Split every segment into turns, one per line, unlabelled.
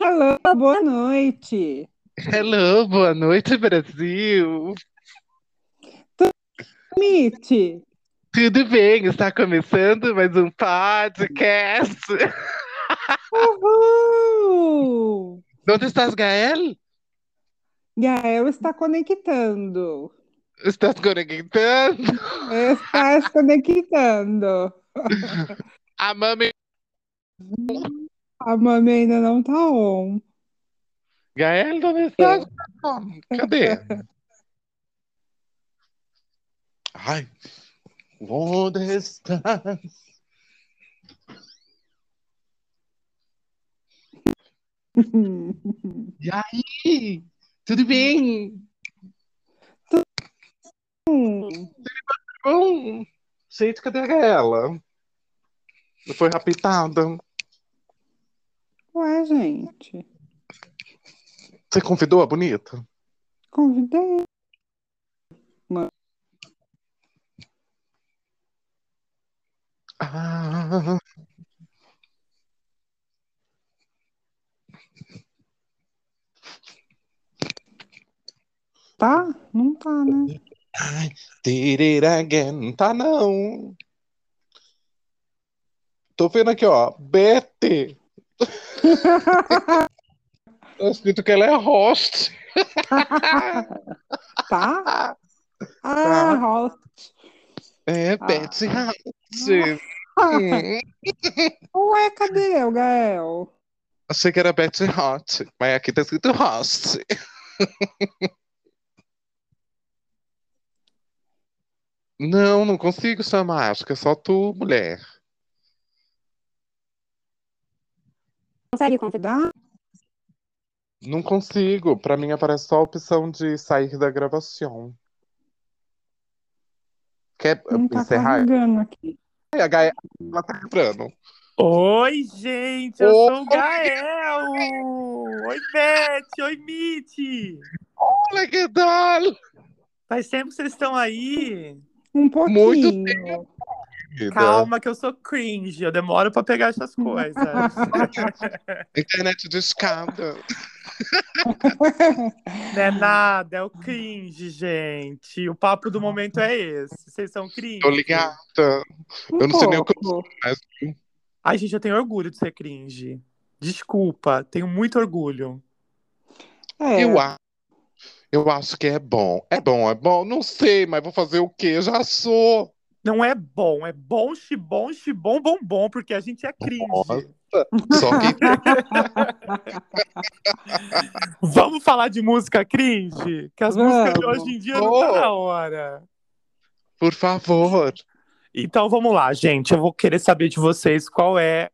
Alô, boa noite.
Hello, boa noite, Brasil.
Mite,
Tudo bem? Está começando mais um podcast.
uhul!
Onde estás, Gael?
Gael está conectando.
Estás conectando?
Está se conectando.
A mami.
A mamãe ainda não tá on.
Gael, onde estás? Cadê? Ai. Onde estás? E aí? Tudo bem?
Hum,
Bom. Gente, cadê a Gaela? Foi raptada.
Ué, gente.
Você convidou a bonita?
Convidei.
Ah.
Tá? Não tá, né?
Ai, did it again. Tá não. Tô vendo aqui, ó. Bete. Tá escrito que ela é host.
Tá? Ah, Ross.
É, Bete House. Hum,
Ué, cadê o Gael?
Achei que era Betsy Hot, mas aqui tá escrito host. Não, não consigo chamar. Acho que é só tu, mulher.
Consegue convidar?
Não consigo. Pra mim aparece só a opção de sair da gravação. Quer
Não tá
encerrar?
carregando aqui.
Ai, a Gaia ela tá entrando.
Oi, gente, eu sou
Oi.
o Gael! Oi, Beth! Oi, Miti!
Olha que tal!
Faz tempo que vocês estão aí.
Um pouquinho.
Muito querida?
Calma, que eu sou cringe, eu demoro pra pegar essas coisas.
Internet de escada.
Não é nada, é o cringe, gente. O papo do momento é esse. Vocês são cringe.
Tô ligada.
Um
Eu não sei nem o que eu-
pouco.
Ai, gente, eu tenho orgulho de ser cringe. Desculpa, tenho muito orgulho.
É,
Eu acho. Eu acho que é bom. É bom, é bom. Não sei, mas vou fazer o quê? Já sou.
Não é bom, é bom, xibom, xibom, bom, bom, porque a gente é cringe.
Só que
Vamos falar de música cringe? Que as músicas de
Vamos.
hoje em dia não tá
Boa.
na hora.
por favor.
Então vamos lá, gente. Eu vou querer saber de vocês qual é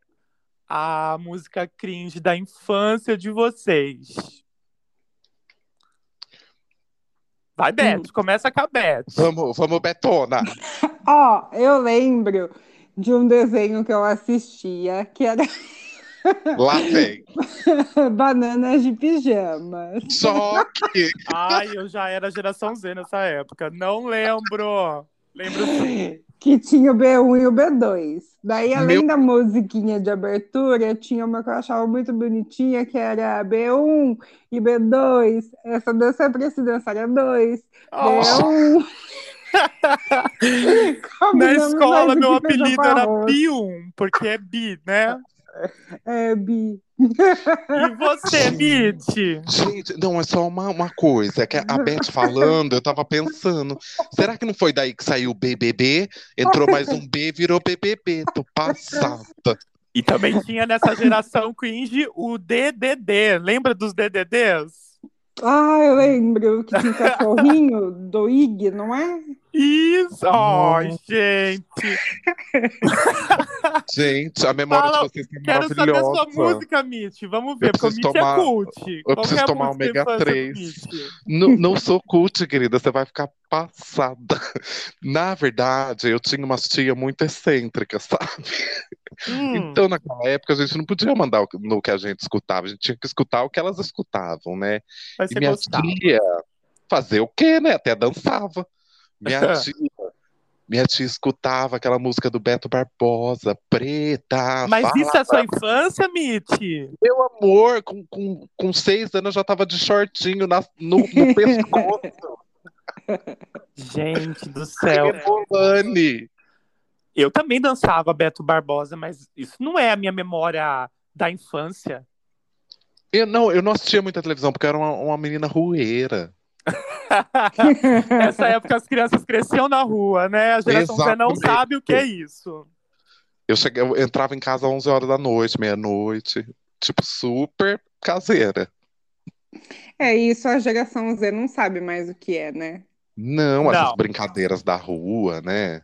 a música cringe da infância de vocês. Vai, Beto. Começa com a Beto.
Vamos, vamos, Betona.
Ó, eu lembro de um desenho que eu assistia que era
Lá vem.
Bananas de Pijamas.
Só que.
Ai, eu já era geração Z nessa época. Não lembro. Lembro sim.
Que tinha o B1 e o B2. Daí, além
Meu-
da musiquinha de abertura, tinha uma que eu achava muito bonitinha, que era B1 e B2. Essa dança é um. presidenciária 2.
Oh.
B1.
Na
Combinamos mais
escola,
do
meu
que feijão
apelido
com
era
arroz.
Bium, porque é bi, né?
É, Bi.
E você, Mitch?
Gente, não, é só uma, uma coisa. é Que a Beth falando, eu tava pensando. Será que não foi daí que saiu o BBB? Entrou mais um B, virou BBB. Tô passada.
E também tinha nessa geração cringe o DDD. Lembra dos DDDs?
Ah, eu lembro que tinha um cachorrinho do Ig, não é?
Isso! Ai,
Nossa.
gente!
Gente, a memória
Fala,
de vocês é
Quero saber a sua
maravilhosa.
música, Mitch. Vamos ver, porque o
preciso
Mitch
tomar-
é cult.
eu
Qual
preciso
que é a
tomar
música
ômega
infância do
3.
Mitch?
Não, não sou cult, querida, você vai ficar passada. Na verdade, eu tinha umas tia muito excêntrica, sabe?
Hum,
Então, naquela época, a gente não podia mandar o- no que a gente escutava, a gente tinha que escutar o que elas escutavam, né?
vai
E
ser
minha
gostado.
tia fazer o quê, né? Até dançava. Minha tia Minha tia escutava aquela música do Beto Barbosa, preta.
Mas
fala-
isso é sua infância, Mitty?
Meu amor, com, com, com seis anos eu já tava de shortinho na- no, no pescoço.
Gente do céu.
Rebolane.
Eu também dançava Beto Barbosa, mas isso não é a minha memória da infância.
Eu não, eu não assistia muita televisão, porque eu era uma, uma menina rueira.
Nessa época as crianças cresciam na rua, né? A geração Z não
Exatamente.
sabe o que é isso.
Eu, cheguei, eu entrava em casa às 11 horas da noite, meia-noite. Tipo, super caseira.
É isso, a geração Z não sabe mais o que é, né?
Não, essas
Não.
brincadeiras da rua, né?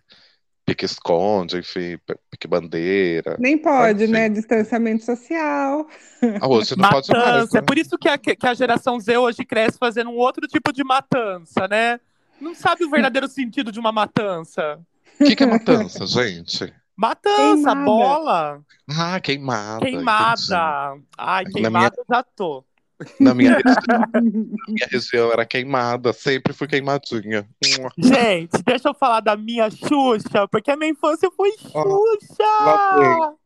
Pique-esconde, enfim, pe- pique-bandeira.
Nem pode,
Enfim.
né? Distanciamento social.
Ah, hoje não pode mais,
Matança.
né?
É por isso que a, que a geração Z hoje cresce fazendo um outro tipo de matança, né? Não sabe o verdadeiro sentido de uma matança.
O que, que é matança, gente?
Matança,
Queimada.
bola,
Ah, queimada. entendi. é
queimada. Ai,
Na
queimada eu já tô.
Na minha, minha região era queimada, sempre fui queimadinha. Mua.
Gente, deixa eu falar da minha Xuxa, porque a minha infância foi
Ó, lá
Xuxa!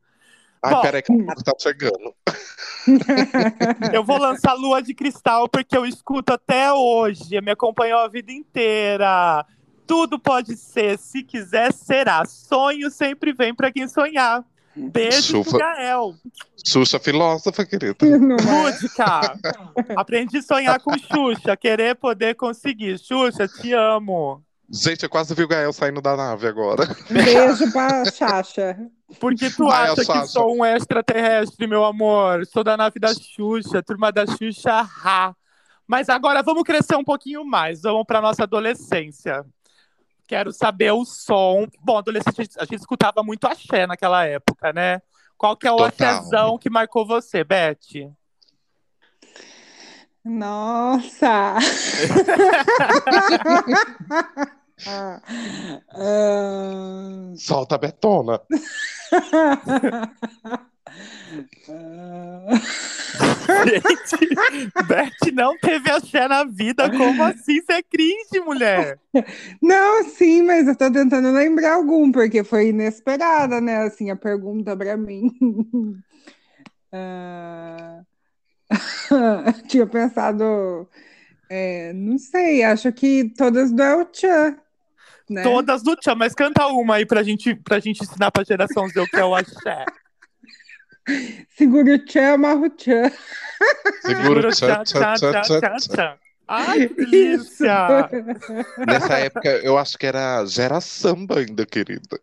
Ai,
Bom.
peraí que a música tá chegando.
Eu vou lançar Lua de Cristal porque eu escuto até hoje, me acompanhou a vida inteira. Tudo pode ser, se quiser, será. Sonho sempre vem pra quem sonhar. Beijo
Chuva.
pro Gael.
Xuxa filósofa, querida.
Não é?
Lúdica. Aprendi a sonhar com Xuxa, querer poder conseguir. Xuxa, te amo.
Gente, eu quase vi o Gael saindo da nave agora.
Um Beijo pra Xaxa.
Porque tu
Vai,
acha que
Sasha.
sou um extraterrestre, meu amor. Sou da nave da Xuxa, turma da Xuxa, ha. Mas agora vamos crescer um pouquinho mais. Vamos para nossa adolescência. Quero saber o som. Bom, adolescente, a gente- a gente escutava muito axé naquela época, né? Qual que é o
Total.
axézão que marcou você, Beth?
Nossa! Ah.
Solta a betona.
Ah.
Gente, Beth não teve axé na vida. Como assim? Você é cringe, mulher.
Não, sim, mas eu tô tentando lembrar algum, porque foi inesperada, né? Assim, a pergunta pra mim. Ah, Tinha pensado, é, não sei, acho que todas do El Chan, né?
Todas do Tchan, mas canta uma aí pra gente, pra gente ensinar pra geração Z o que é o axé.
Segura o Tchan, amarra o Tchan.
Segura o tchan, tchan, tchan, tchan, tchan.
tchan. Ai, que
Isso!
delícia!
Nessa época, eu acho que era gera samba ainda, querida.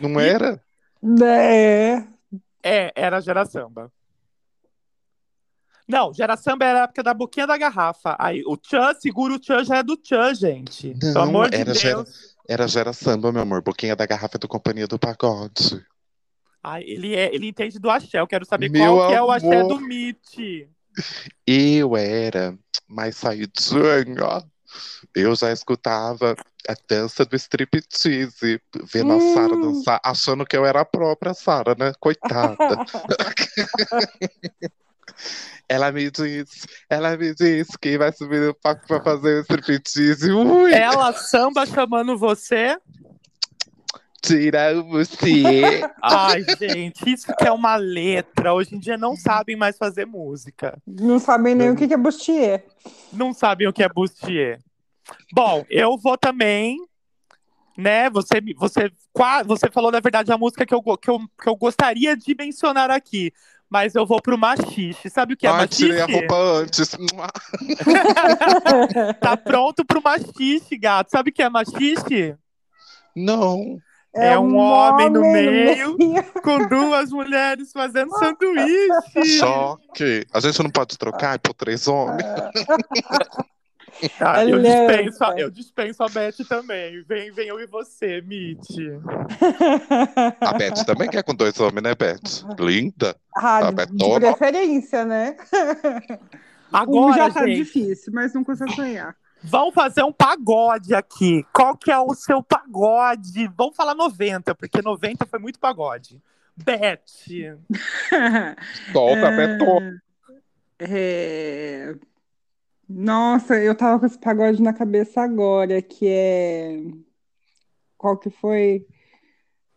Não era?
É.
É, era Gera Samba. Não, Gera Samba era a época da boquinha da garrafa. Aí, o tchan, segura o tchan, já é do tchan, gente. Pelo
Não,
amor de
era
Deus.
Gera- Era gera samba, meu amor. Boquinha da garrafa do Companhia do Pagode.
Ai, ele, é, ele entende do axé. Eu quero saber
Meu
qual que é o axé
amor.
do Mitch.
Eu era mais saidinha. Eu já escutava a dança do striptease, vendo a
Hum.
Sara dançar, achando que eu era a própria Sara, né? Coitada. Ela me disse, ela me disse que vai subir no palco pra fazer o
É.
striptease. Ui!
Ela samba chamando você.
Tira você.
Ai, gente, isso que é uma letra. Hoje em dia não sabem mais fazer música.
Não sabem nem o que que é bustier.
não sabem o que é bustier. Bom, eu vou também, né? Você me- você qua- você falou na verdade a música que eu, go- que eu, que eu gostaria de mencionar aqui, mas eu vou pro machixe. Sabe o que é
Ai, Ah, tirei a
machixe?
roupa antes.
Tá pronto pro machixe, gato. Sabe o que é machixe?
Não.
É um homem no meio.
meio.
Com duas mulheres fazendo sanduíche.
Só que a gente não pode trocar por três homens.
Ah, eu,
Alerta.
dispenso a, eu dispenso a Beth também. Vem, vem eu e você, Mitch.
A Beth também quer com dois homens, né, Beth? Linda.
Ah,
Tá,
de
Betona.
preferência, né?
Agora,
um já tá
gente,
difícil, mas não custa sonhar.
Vão fazer um pagode aqui. Qual que é o seu pagode? Vamos falar 90, porque 90 foi muito pagode. Beth.
Solta a
É,
Betona.
é, Nossa, eu tava com esse pagode na cabeça agora, que é. qual que foi.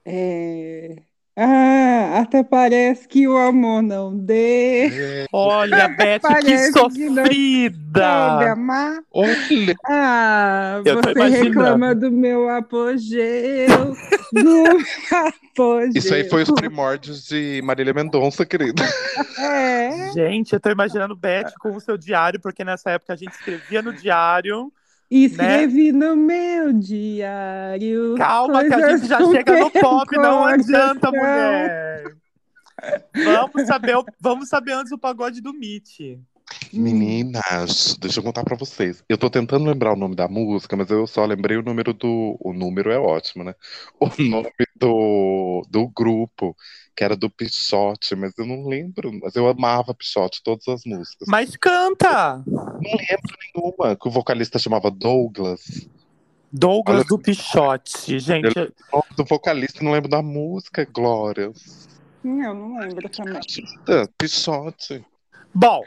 É, Ah, até parece que o amor não dê.
É. Olha, Beth, que
Parece que não Sabe
sofrida!
amar?
Olha,
Ah,
Eu
você
tô imaginando.
reclama do meu apogeu, do meu apogeu.
isso aí foi os primórdios de Marília Mendonça, querida.
É,
Gente, eu tô imaginando Beth com o seu diário, porque nessa época a gente escrevia no diário.
escrevi no meu diário.
Calma, que a
coisas
gente já
do
chega no
tempo,
pop, não adianta,
coração.
mulher! Vamos saber, o- vamos saber antes o pagode do Mitch.
Meninas, deixa eu contar pra vocês. Eu tô tentando lembrar o nome da música, mas eu só lembrei o número do. O número é ótimo, né? O nome do, do grupo, que era do Pichote, mas eu não lembro. Mas eu amava Pichote, todas as músicas.
Mas canta!
Nenhuma, que o vocalista chamava Douglas.
Douglas
Olha-
do Pichote, gente.
O nome do vocalista, eu não lembro da música, Glória.
Hum, Eu não lembro também.
Ah, Pichote.
Bom,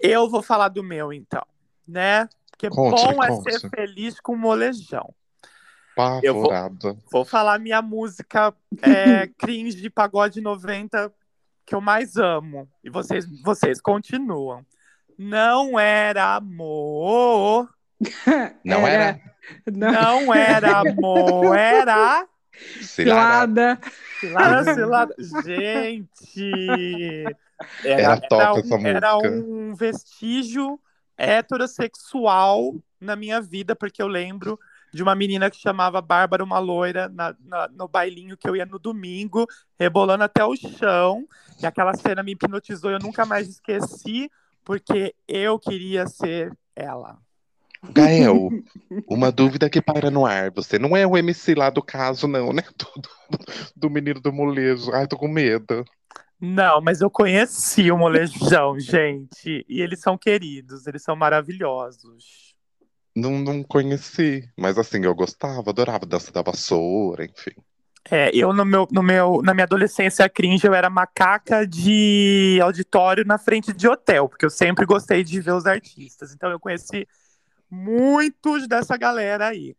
eu vou falar do meu então, né? Porque
Conte,
bom é
conte.
ser feliz com molejão.
Pavorada.
Vou falar minha música é, cringe de pagode 90 que eu mais amo. E vocês, vocês continuam. Não era amor,
Não era?
É, Não,
não era amor, era
Cilara.
cilada.
cilada, cilada. Gente!
Era top essa
era um, era
música.
um vestígio heterossexual na minha vida, porque eu lembro de uma menina que chamava Bárbara, uma loira, na- na- no bailinho que eu ia no domingo, rebolando até o chão. E aquela cena me hipnotizou e eu nunca mais esqueci, porque eu queria ser ela.
Gael, uma dúvida que para no ar. Você não é o MC lá do caso, não, né? Do, do- do menino do molejo. Ai, tô com medo.
Não, mas eu conheci o molejão, gente. E eles são queridos, eles são maravilhosos.
Não, não conheci. Mas assim, eu gostava, adorava dança da vassoura, enfim.
É, eu no meu, no meu, na minha adolescência cringe, eu era macaca de auditório na frente de hotel, porque eu sempre gostei de ver os artistas. Então eu conheci muitos dessa galera aí.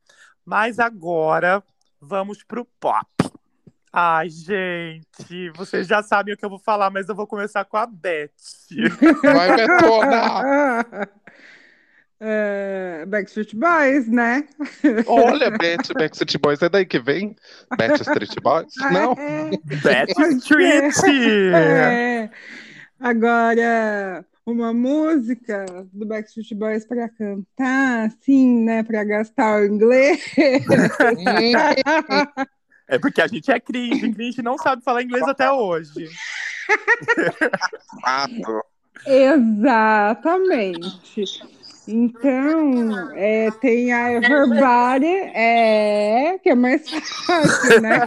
Mas agora vamos pro pop. Ai, gente, vocês já sabem o que eu vou falar, mas eu vou começar com a Beth.
Vai, Betona!
É, Backstreet Boys, né?
Olha, Beth, Backstreet Boys, é daí que vem? Backstreet Boys? Não.
É.
Beth Street!
É. Agora, uma música do Backstreet Boys para cantar, assim, né? Para gastar o inglês.
Hum,
É porque a gente é cringe, cringe não sabe falar inglês até hoje.
fato.
Exatamente. Então, é, tem a Everybody, é, que é mais fácil, né?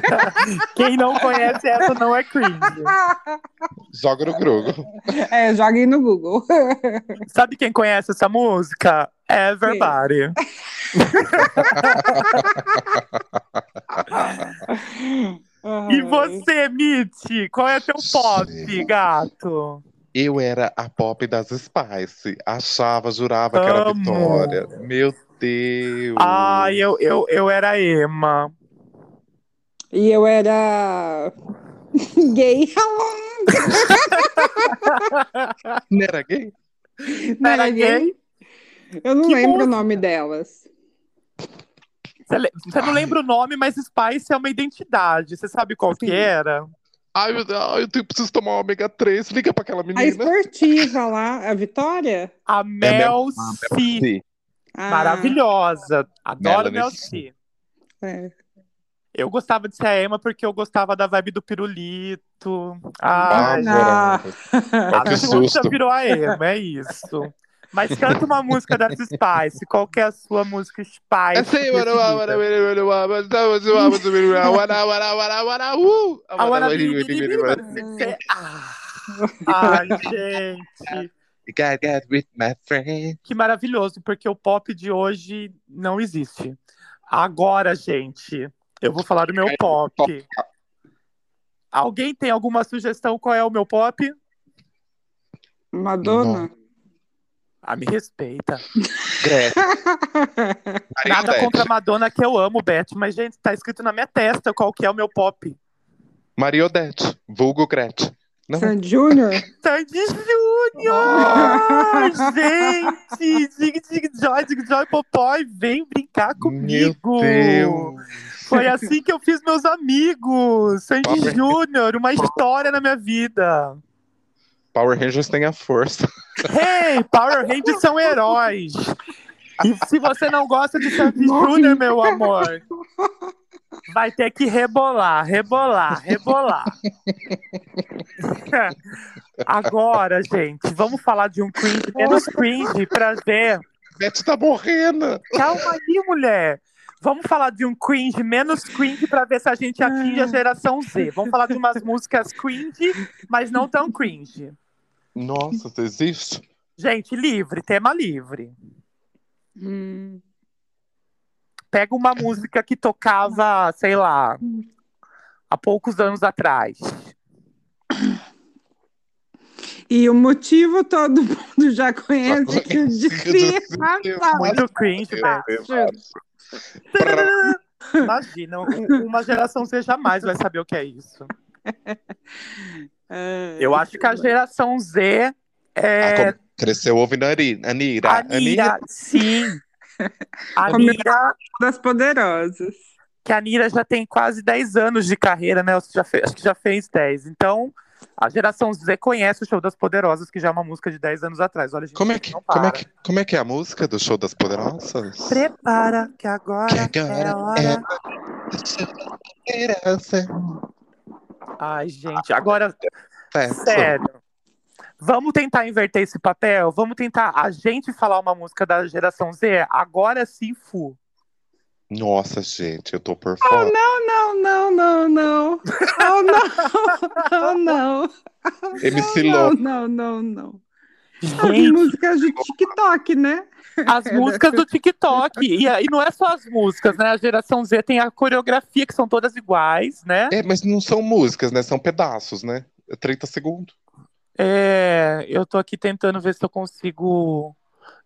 Quem não conhece essa não é cringe.
Joga no grugo.
É, joguem no Google.
Sabe quem conhece essa música? Everybody. E você, Mitch? Qual é teu pop,
Sim.
gato?
Eu era a pop das Spice. Achava, jurava que era a
Amo.
Vitória. Meu Deus.
Ai, eu, eu, eu era Emma.
E eu era gay.
Não era gay?
Não
Era gay?
Eu não
Que
lembro
música?
o nome delas.
Você le- você não
Ai.
lembra o nome, mas Spice é uma identidade. Você sabe qual que
Sim.
era?
Ai, eu, ai, eu tenho- preciso tomar o ômega 3. Liga pra aquela
A
menina.
esportiva lá, a Vitória?
É
A Mel C.
Sim.
Ah,
Maravilhosa. Adoro
Melanie
Mel
C.
C.
é.
Eu gostava de ser a Emma porque eu gostava da vibe do pirulito. Ai,
não.
Ah, que
A Xuxa
susto.
virou a Ema, é isso. Mas canta uma música das Spice. Qual que é a sua música Spice?
É né?
preferida? I wanna be- Cê- Ah. Ai, gente,
Gotta get with my friend.
que maravilhoso, porque o pop de hoje não existe. Agora, gente, eu vou falar do meu pop. Alguém tem alguma sugestão qual é o meu pop?
Madonna?
Ah, me respeita.
Gretchen. Maria
Nada
Beth.
contra a Madonna, que eu amo, Beth, mas, gente, tá escrito na minha testa qual que é o meu pop.
Maria Odete, vulgo Gretchen. Não.
Sandy Júnior?
Sandy Júnior! gente! Dig, dig, joy, dig, joy, popói, vem brincar comigo!
Meu Deus.
Foi assim que eu fiz meus amigos! Sandy
Pobre-
Júnior, uma história na minha vida!
Power Rangers tem a força.
Hey, Power Rangers são heróis! E se você não gosta de Sandy
Nossa.
Júnior, meu amor, vai ter que rebolar, rebolar, rebolar. Agora, gente, vamos falar de um cringe menos cringe pra ver.
Beth tá morrendo.
Calma aí, mulher. Vamos falar de um cringe menos cringe pra ver se a gente atinge a geração Z. Vamos falar de umas músicas cringe, mas não tão cringe.
Nossa, isso existe?
Gente, livre, tema livre.
Hum.
Pega uma música que tocava, sei lá, há poucos anos atrás.
E o motivo todo mundo já conhece que o desfile
ah, tá.
Deus, Ah,
passado.
Muito cringe, velho. Imagina, um- uma geração Z jamais vai saber o que é isso.
É.
Eu acho que a geração Z é
Cresceu ouvindo a Ari- Anira.
Anira, sim. Anira,
das poderosas.
que a Anira já tem quase 10 anos de carreira, né? Acho que já fe- acho que já fez 10. Então, a geração Z conhece o Show das Poderosas, que já é uma música de 10 anos atrás. Olha, gente,
Como é, que,
não
como, é
para.
que, como é que é a música do Show das Poderosas?
Prepara, que agora
Que agora
é a hora.
é Poderosa.
Ai, gente,
Ah,
agora,
Sexo.
sério. Vamos tentar inverter esse papel? Vamos tentar a gente falar uma música da geração Z? Agora sim, fu.
Nossa, gente, eu tô por
Ah,
fora.
Não, não, não, não. Oh, não, não, não.
MC
Não,
Lô.
não, não, não. As
Gente,
músicas de TikTok, né?
as músicas do TikTok. E, e não é só as músicas, né? A geração Z tem a coreografia, que são todas iguais, né?
É, mas não são músicas, né? São pedaços, né? É 30 segundos.
É, eu tô aqui tentando ver se eu consigo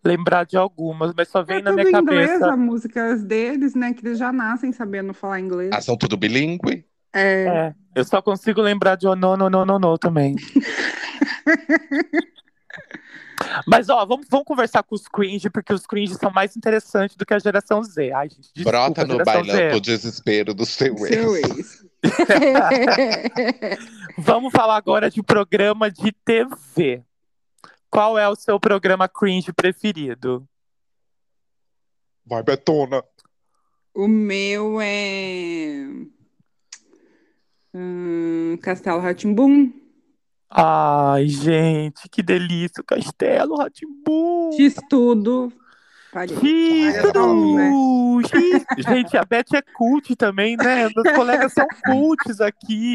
lembrar de algumas, mas só vem
É
na
tudo
minha
em
cabeça.
inglês, as músicas deles, né? Que eles já nascem sabendo falar inglês.
Ah, são tudo bilíngue?
É.
É, eu só consigo lembrar de "Oh, Ono, no, no, no, no também. Mas, ó, vamos, vamos conversar com os cringe, porque os cringe são mais interessantes do que a geração Z. Ai, gente, desculpa,
Brota no é
geração
bailão
Z.
do desespero do seu ex.
Seu ex.
Vamos falar agora de programa de TV. Qual é o seu programa cringe preferido?
Vai, Betona.
O meu é. Hum, Castelo Ratimbum.
Ai, gente, que delícia. o Castelo, Ratimbu.
Te estudo. Parei.
Xistru! Gente, a Beth é cult também, né? Meus colegas são cults aqui.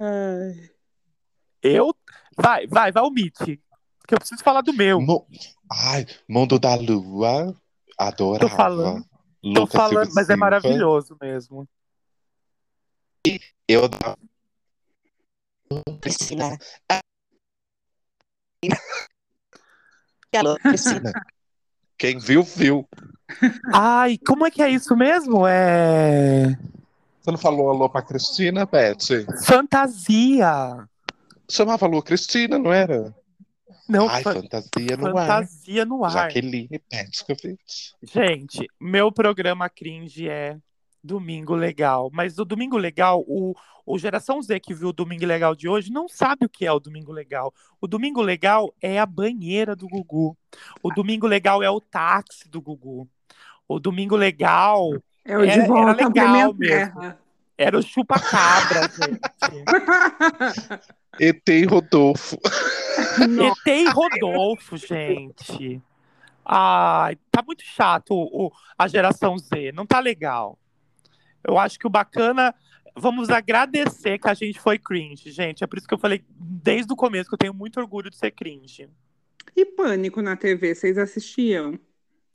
Ai.
Eu. Vai, vai, vai o Meet. Que eu preciso falar do meu.
Mo- Ai, Mundo da Lua. Adorava.
Tô falando. Tô
Lucas
falando,
Silva
mas é
Silva.
maravilhoso mesmo.
Eu dava. Priscila.
Alô, Priscila.
Priscila. Quem viu, viu.
Ai, como é que é isso mesmo? É.
Você não falou alô pra Cristina, Beth?
Fantasia.
Chamava alô Cristina, não era?
Não,
Ai,
fan-
fantasia no ar.
fantasia no ar.
Jaqueline Petkovic.
Gente, meu programa cringe é Domingo Legal. Mas o Domingo Legal, o, o geração Z que viu o Domingo Legal de hoje não sabe o que é o Domingo Legal. O Domingo Legal é a banheira do Gugu. O Domingo Legal é o táxi do Gugu. O Domingo Legal
É o
Era-
de
era
volta
legal
pra minha
mesmo.
terra.
era o chupa-cabra, gente.
ET e Rodolfo.
Nossa,
ET e Rodolfo, gente. Ai, tá muito chato o, o- a geração Z, não tá legal. Eu acho que o bacana. Vamos agradecer que a gente foi cringe, gente. É por isso que eu falei desde o começo que eu tenho muito orgulho de ser cringe.
E Pânico na TV, vocês assistiam?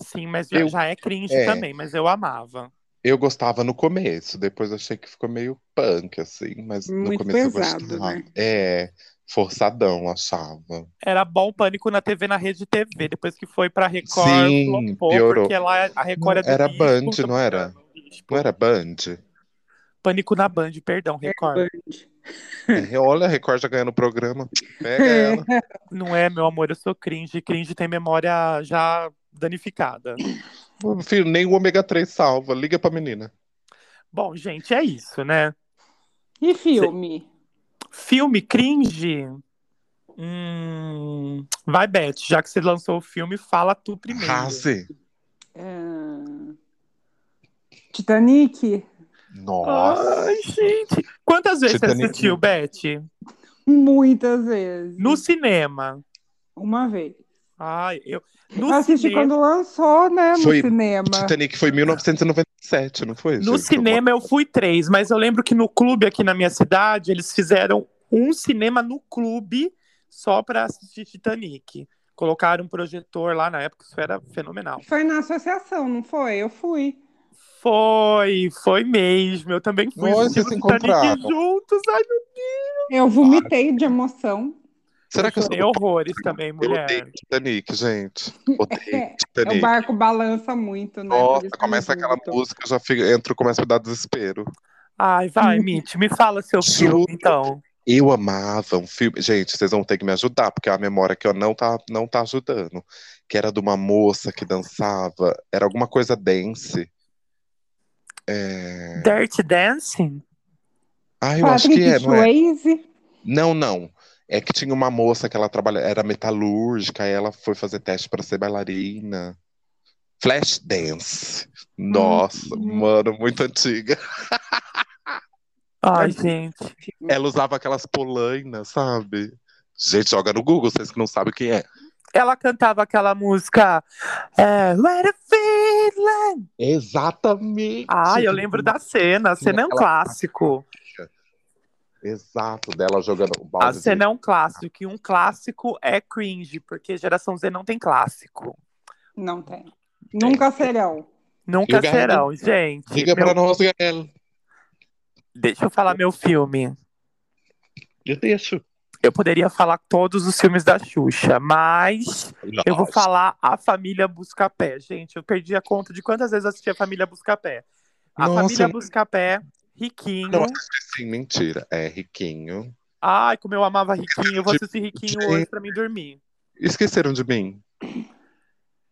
Sim, mas já,
Eu-
já é cringe
é.
também, mas eu amava.
Eu gostava no começo, depois achei que ficou meio punk, assim, mas no
Muito
começo eu
pesado,
gostava.
né?
É, forçadão, achava.
Era bom pânico na TV, na rede TV. Depois que foi pra Record,
Sim,
flopou,
piorou.
porque lá a Record é do
Era
bispo,
Band,
então-
não era? Não era Band?
Pânico na Band, perdão, Record.
É, Olha, a Record já ganhando o programa. Pega ela.
Não é, meu amor, eu sou cringe. Cringe tem memória já danificada.
Pô, Filho, nem o ômega 3 salva. Liga pra menina.
Bom, gente, é isso, né?
E filme?
Filme cringe? Hum, vai, Beth, já que você lançou o filme, fala tu primeiro.
Rase.
Ah, Titanic?
Nossa.
Ai, gente. Quantas vezes você
Titanic.
assistiu, Beth?
Muitas vezes.
No cinema.
Uma vez.
Ai, eu.
Eu
No
assisti
cinema,
quando lançou, né? No
Foi
cinema.
Titanic foi em 1997, não foi?
No
gente?
cinema eu fui três, mas eu lembro que no clube aqui na minha cidade, eles fizeram um cinema no clube só pra assistir Titanic. Colocaram um projetor lá na época, isso era fenomenal.
Foi na associação, não foi? Eu fui.
Foi, foi mesmo. Eu também fui
Nossa,
assistir
vocês se
o Titanic
encontraram.
juntos. Ai,
Eu vomitei de emoção.
Será que eu
eu
sou
dei horrores também,
Eu
mulher.
odeio Titanic, gente. Odeio
É, O
Titanic.
barco balança muito, né? Por
Nossa,
isso que
começa
eu
aquela
vomito.
música, eu já fico, entro, começa a me dar desespero.
Ai, vai, Mitch, me fala seu filme,
Juro.
então.
Eu amava um filme. Gente, vocês vão ter que me ajudar, porque é uma memória que eu não tá, não tá ajudando. Que era de uma moça que dançava. Era alguma coisa dance. É...
Dirty Dancing?
Ah, eu acho
Patrick
que é, não é?
Swayze.
Não, não. É que tinha uma moça que ela trabalha, era metalúrgica, aí ela foi fazer teste pra ser bailarina. Flashdance. Nossa, mano, muito antiga.
Ai, gente.
Ela usava aquelas polainas, sabe? Gente, joga no Google, vocês que não sabem quem é.
Ela cantava aquela música. É, Let it feel like-
Exatamente.
Ah, eu lembro da cena. A cena é um
Aquela-
clássico.
Exato, dela jogando o
A
balde. de-
cena é um clássico. E um clássico é cringe, porque geração Z não tem clássico.
Não tem. Nunca serão.
Nunca
Liga-
serão, gente.
Diga
Meu-
é pra nós, Gael.
Deixa eu falar meu filme.
Eu deixo.
Eu poderia falar todos os filmes da Xuxa, mas eu vou falar A Família Buscapé. Gente, eu perdi a conta de quantas vezes eu assisti A Família Buscapé. A
Nossa,
Família
eu-
Buscapé, Riquinho.
Não, Sim, mentira. É riquinho.
Ai, como eu amava Riquinho. Eu vou
Gente.
assistir Riquinho hoje pra mim dormir.
Esqueceram de mim.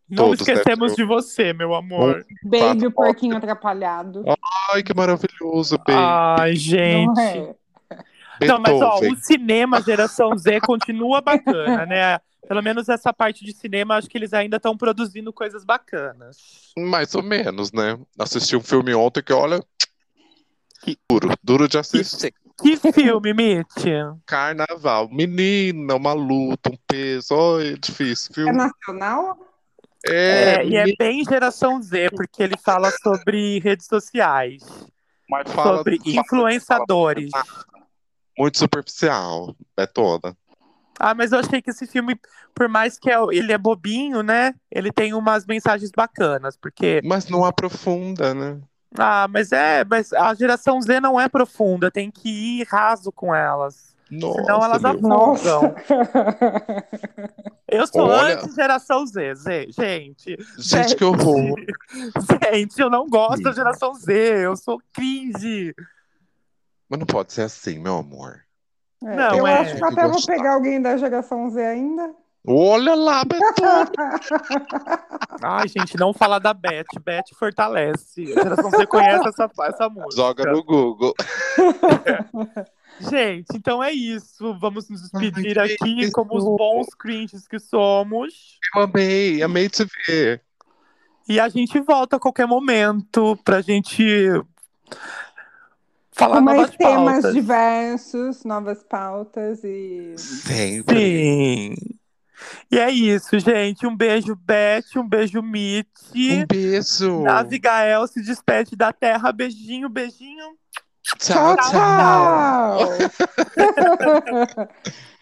Não
Todos, né,
esquecemos
Ju?
de você, meu amor.
Baby,
Quatro
o porquinho atrapalhado.
Ai, que maravilhoso, Bey.
Ai, gente.
Não
Não,
é?
Ah, mas ó, o
Beethoven.
cinema geração Z continua bacana, né? Pelo menos essa parte de cinema, acho que eles ainda estão produzindo coisas bacanas.
Mais ou menos, né? Assisti um filme ontem que, olha, duro, duro de assistir.
Que filme, Mitch?
Carnaval. Menina, uma luta, um peso. Ai, é difícil, viu?
É nacional?
É,
É, e é bem geração Z, porque ele fala sobre redes sociais,
mas fala
sobre
fala-
influenciadores.
muito superficial, Betona.
Ah, mas eu achei que esse filme, por mais que é- ele é bobinho, né? Ele tem umas mensagens bacanas, porque
Mas não aprofunda, né?
Ah, mas é, mas a geração Z não é profunda, tem que ir raso com elas.
Nossa,
Senão elas
meu.
Nossa.
afundam. Eu sou
Olha.
anti-geração Z, Z, gente.
Gente, que horror.
Gente, eu não gosto da geração Z, eu sou cringe.
Mas não pode ser assim, meu amor.
É,
Não,
eu
é.
acho que eu até vou
Gostar.
pegar alguém da geração Z ainda.
Olha lá, Betona.
Ai, gente, não fala da Beth. Beth fortalece. A geração Z conhece essa, essa música.
Joga no Google.
Gente, então é isso. Vamos nos despedir
Ai, que
aqui como os
isso.
bons cringes que somos.
Eu amei, amei te ver.
E a gente volta a qualquer momento pra gente falar
Com mais
novas
temas
tá pautas.
diversos, novas pautas e.
Sempre.
Sim. E é isso, gente. Um beijo, Beth. Um beijo, Mitch.
Um beijo.
Nave Gael se despede da terra. Beijinho, beijinho.
Tchau, tchau.
tchau.